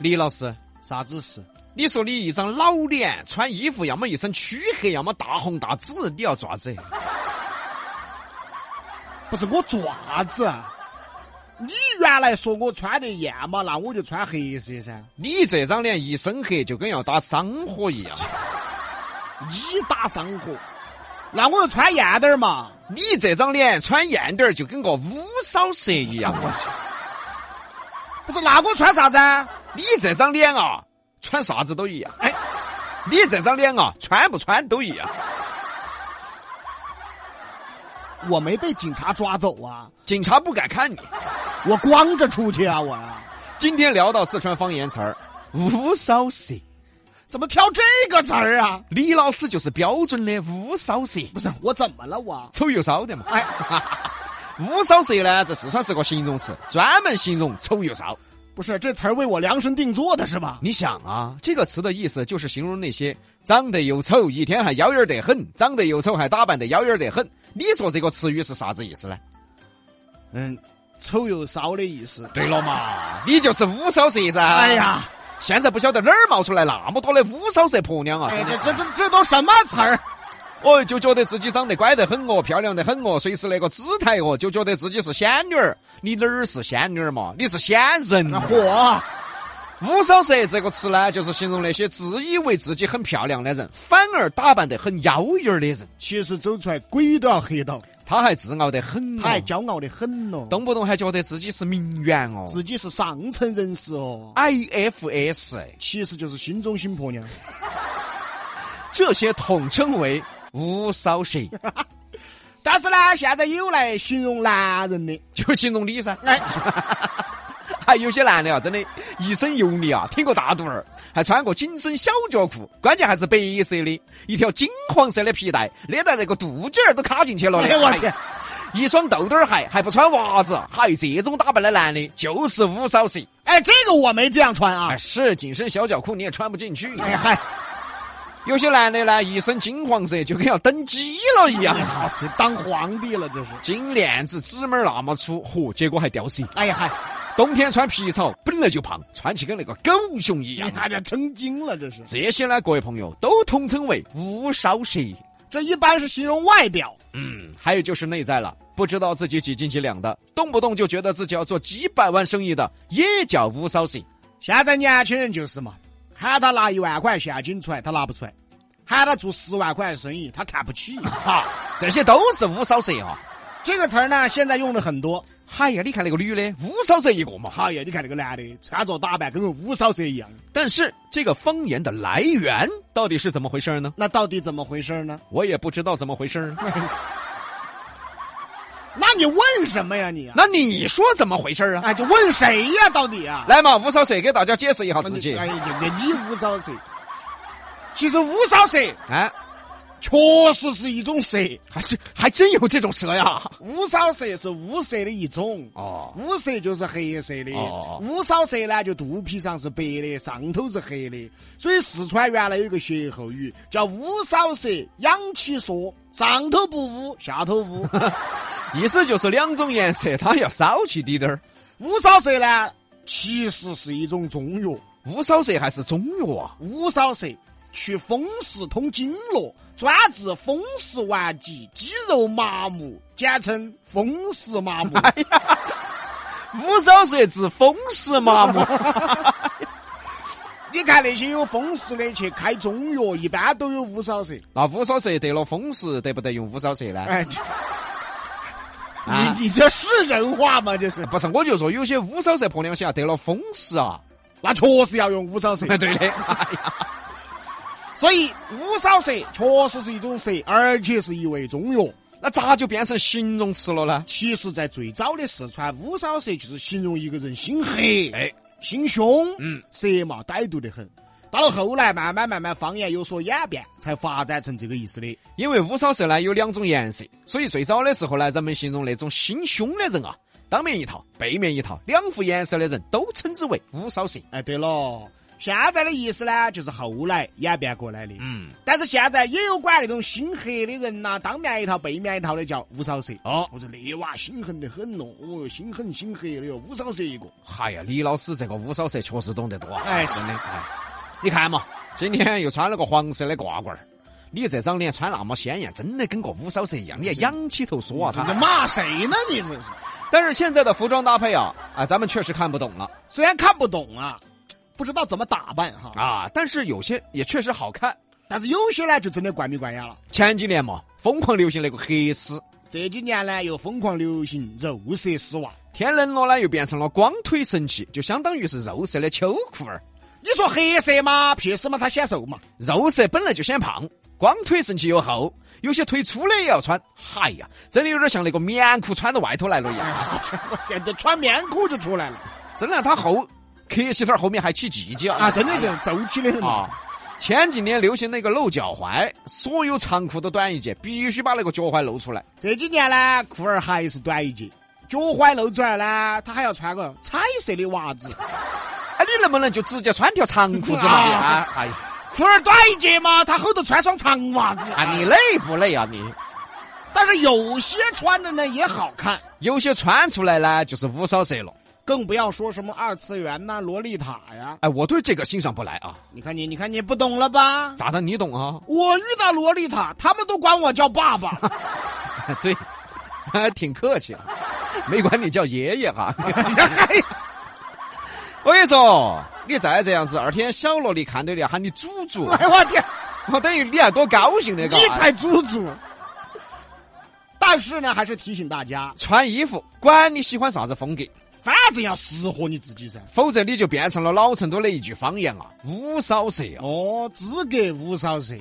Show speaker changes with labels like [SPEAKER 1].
[SPEAKER 1] 李老师，啥子事？你说你一张老脸，穿衣服要么一身黢黑，要么大红大紫，你要爪子？
[SPEAKER 2] 不是我爪子啊，你原来说我穿得艳嘛，那我就穿黑色噻。
[SPEAKER 1] 你这张脸一身黑，就跟要打伤火一样。
[SPEAKER 2] 你打伤火，那我就穿艳点儿嘛。
[SPEAKER 1] 你这张脸穿艳点儿，就跟个乌梢蛇一样。啊
[SPEAKER 2] 不是，那我穿啥子？啊？
[SPEAKER 1] 你这张脸啊，穿啥子都一样。
[SPEAKER 2] 哎，
[SPEAKER 1] 你这张脸啊，穿不穿都一样。
[SPEAKER 2] 我没被警察抓走啊，
[SPEAKER 1] 警察不敢看你。
[SPEAKER 2] 我光着出去啊，我啊，
[SPEAKER 1] 今天聊到四川方言词儿“乌梢蛇
[SPEAKER 2] 怎么挑这个词儿啊”，？
[SPEAKER 1] 李老师就是标准的乌梢蛇，
[SPEAKER 2] 不是我怎么了我？
[SPEAKER 1] 丑又骚的嘛。
[SPEAKER 2] 哎，
[SPEAKER 1] 乌梢蛇呢，在四川是个形容词，专门形容丑又骚。
[SPEAKER 2] 不是这词儿为我量身定做的是吧？
[SPEAKER 1] 你想啊，这个词的意思就是形容那些长得又丑，一天还妖艳得很；长得又丑，还打扮得妖艳得很。你说这个词语是啥子意思呢？
[SPEAKER 2] 嗯，丑又骚的意思。
[SPEAKER 1] 对了嘛，你就是乌梢蛇噻！
[SPEAKER 2] 哎，呀，
[SPEAKER 1] 现在不晓得哪儿冒出来那么多的乌梢蛇婆娘啊！
[SPEAKER 2] 哎，这这这这都什么词儿？
[SPEAKER 1] 哦，就觉得自己长得乖得很哦，漂亮得很哦，随时那个姿态哦，就觉得自己是仙女儿。你哪儿是仙女儿嘛？你是仙人。啊
[SPEAKER 2] 嚯，
[SPEAKER 1] 乌梢蛇这个词呢，就是形容那些自以为自己很漂亮的人，反而打扮得很妖艳儿的人。
[SPEAKER 2] 其实走出来鬼都要黑到，
[SPEAKER 1] 他还自傲得很、哦，
[SPEAKER 2] 他还骄傲的很哦，
[SPEAKER 1] 动不动还觉得自己是名媛 哦
[SPEAKER 2] 自己是上层人士哦，
[SPEAKER 1] ，IFS
[SPEAKER 2] 其实就是心中心婆娘。
[SPEAKER 1] 这些统称为乌梢蛇，
[SPEAKER 2] 但是呢，现在有来形容男人的，
[SPEAKER 1] 就形容你噻。
[SPEAKER 2] 哎
[SPEAKER 1] 还有些男的啊，真的，一身油腻啊，挺个大肚儿，还穿个紧身小脚裤，关键还是白色的，一条金黄色的皮带勒在那个肚脐儿都卡进去了。
[SPEAKER 2] 哎我天！
[SPEAKER 1] 一双豆豆儿鞋，还不穿袜子，还有这种打扮的男的，就是乌梢蛇。
[SPEAKER 2] 哎，这个我没这样穿啊
[SPEAKER 1] 啊，。是紧身小脚裤你也穿不进去。
[SPEAKER 2] 哎嗨，
[SPEAKER 1] 有些男的呢，一身金黄色，就跟要登基了一样
[SPEAKER 2] 哎，好，这当皇帝了这是。
[SPEAKER 1] 金链子、指拇儿那么粗，嚯，结果还掉色。
[SPEAKER 2] 哎呀嗨，
[SPEAKER 1] 冬天穿皮草本来就胖，穿起跟那个狗熊一
[SPEAKER 2] 你
[SPEAKER 1] 样。
[SPEAKER 2] 看这成精了这是。
[SPEAKER 1] 这些呢，各位朋友都统称为乌梢蛇。
[SPEAKER 2] 这一般是形容外表。
[SPEAKER 1] 嗯，还有就是内在了，不知道自己几斤几两的，动不动就觉得自己要做几百万生意的，也叫乌梢蛇。
[SPEAKER 2] 现在年轻人就是嘛，喊他拿一万块现金出来，他拿不出来；喊他做十万块生意，他看不 起。
[SPEAKER 1] 哈，这些都是乌梢蛇哈。
[SPEAKER 2] 这个词儿呢，现在用的很多。
[SPEAKER 1] 啊嗨呀，你看那个女的，乌梢蛇一个嘛。
[SPEAKER 2] 好呀，你看那个男的穿着打扮跟个乌梢蛇一样，
[SPEAKER 1] 但是这个方言的来源到底是怎么回事呢？
[SPEAKER 2] 那到底怎么回事呢？
[SPEAKER 1] 我也不知道怎么回事儿。
[SPEAKER 2] 那你问什么呀你啊？
[SPEAKER 1] 那你说怎么回事儿啊？
[SPEAKER 2] 哎，就问谁呀？到底啊？
[SPEAKER 1] 来嘛，吴超水给大家解释一下自己。
[SPEAKER 2] 哎呀，你乌梢蛇，其实乌梢蛇
[SPEAKER 1] 哎，
[SPEAKER 2] 确实是一种蛇，
[SPEAKER 1] 还是还真有这种蛇呀！
[SPEAKER 2] 乌梢蛇是乌蛇的一种。
[SPEAKER 1] 哦，
[SPEAKER 2] 乌蛇就是黑色的
[SPEAKER 1] 哦哦哦，
[SPEAKER 2] 乌梢蛇呢就肚皮上是白的，上头是黑的，所以四川原来有个歇后语叫“乌梢蛇养其说”，上头不污，下头污。
[SPEAKER 1] 意思就是两种颜色，它要骚气滴点儿。
[SPEAKER 2] 乌梢蛇呢其实是一种中药，
[SPEAKER 1] 乌梢蛇还是中药啊？
[SPEAKER 2] 乌梢蛇去风湿通经络，专治风湿顽疾、肌肉麻木，简称风湿麻木。
[SPEAKER 1] 乌梢蛇治风湿麻 木。
[SPEAKER 2] 你看那些有风湿的去开中药，一般都有乌梢蛇。
[SPEAKER 1] 那乌梢蛇得了风湿，得不得用乌梢蛇呢？
[SPEAKER 2] 哎，这
[SPEAKER 1] 啊
[SPEAKER 2] 你你这是人话吗？这是，
[SPEAKER 1] 不是，我就说有些乌梢蛇婆娘些啊，得了风湿啊。
[SPEAKER 2] 那确实要用乌梢蛇。
[SPEAKER 1] 哎， 对的。哎呀
[SPEAKER 2] 所以乌梢蛇确实是一种蛇，而且是一味中药。
[SPEAKER 1] 那咋就变成形容词了呢？
[SPEAKER 2] 其实，在最早的四川，乌梢蛇就是形容一个人心黑、
[SPEAKER 1] 哎，
[SPEAKER 2] 心凶、
[SPEAKER 1] 嗯，
[SPEAKER 2] 色嘛歹毒的很。到了后来，慢慢慢慢方言有所演变，才发展成这个意思的。
[SPEAKER 1] 因为乌梢蛇呢有两种颜色，所以最早的时候呢，人们形容那种心胸的人啊，当面一套，背面一套，两副颜色的人都称之为乌梢蛇。
[SPEAKER 2] 哎，对了，现在的意思呢，就是后来演变过来的。
[SPEAKER 1] 嗯，
[SPEAKER 2] 但是现在也有管那种心黑的人呐、当面一套背面一套的叫五少蛇。
[SPEAKER 1] 哦，
[SPEAKER 2] 我说那娃心狠得很咯，哦哟，心狠心黑的哟，五少蛇一个。
[SPEAKER 1] 哎呀，李老师这个五少蛇确实懂得多啊，
[SPEAKER 2] 哎是
[SPEAKER 1] 真的哎，你看嘛，今天又穿了个黄色的褂褂儿。你这张脸穿那么鲜艳，真的跟个五少蛇一样。你还仰起头说啊，
[SPEAKER 2] 这
[SPEAKER 1] 他
[SPEAKER 2] 个。骂谁呢？你这是，
[SPEAKER 1] 但是现在的服装搭配啊，啊，咱们确实看不懂了
[SPEAKER 2] 虽然看不懂啊，不知道怎么打扮哈，
[SPEAKER 1] 啊。但是有些也确实好看。
[SPEAKER 2] 但是有些呢就真的怪迷怪眼了。
[SPEAKER 1] 前几年嘛，疯狂流行那个黑丝，
[SPEAKER 2] 这几年呢又疯狂流行肉色丝袜，
[SPEAKER 1] 天冷了呢又变成了光腿神器，就相当于是肉色的秋裤儿。
[SPEAKER 2] 你说黑色嘛，屁事嘛，它显瘦嘛。
[SPEAKER 1] 肉色本来就显胖，光腿神器又厚，有些腿粗的也要穿。嗨呀，真的有点像那个棉裤穿到外头来了一样。
[SPEAKER 2] 这这穿棉裤就出来了
[SPEAKER 1] 真的，它厚，磕起点儿后面还起犄角
[SPEAKER 2] 啊！真的就皱起的很
[SPEAKER 1] 啊！前几年流行那个露脚踝，所有长裤都短一截，必须把那个脚踝露出来。
[SPEAKER 2] 这几年呢，裤儿还是短一截，脚踝露出来呢，他还要穿个彩色的袜子。
[SPEAKER 1] 哎，你能不能就直接穿条长裤子嘛？
[SPEAKER 2] 啊
[SPEAKER 1] 你啊，哎呀。
[SPEAKER 2] 裤儿短一截嘛，他后头穿双长袜子。
[SPEAKER 1] 啊，你累不累啊你？
[SPEAKER 2] 但是有些穿的呢也好看，
[SPEAKER 1] 有些穿出来呢，就是五少色了。
[SPEAKER 2] 更不要说什么二次元呐、洛丽塔呀。
[SPEAKER 1] 哎，我对这个欣赏不来啊，
[SPEAKER 2] 你看你，你看你不懂了吧？
[SPEAKER 1] 咋的？你懂啊？
[SPEAKER 2] 我遇到洛丽塔，他们都管我叫爸爸。
[SPEAKER 1] 对， 还挺客气啊，没管你叫爷爷哈、 我跟你说，你再这样子，二天小萝莉看到你喊你祖祖，
[SPEAKER 2] 哎我天！
[SPEAKER 1] 我哦等于你还多高兴的嘎。
[SPEAKER 2] 你才猪猪。但是呢，还是提醒大家，
[SPEAKER 1] 穿衣服，管你喜欢啥子风格，
[SPEAKER 2] 反正要适合你自己噻。
[SPEAKER 1] 否则你就变成了老成都的一句方言啊，五少色啊。
[SPEAKER 2] 哦，资格无少谁，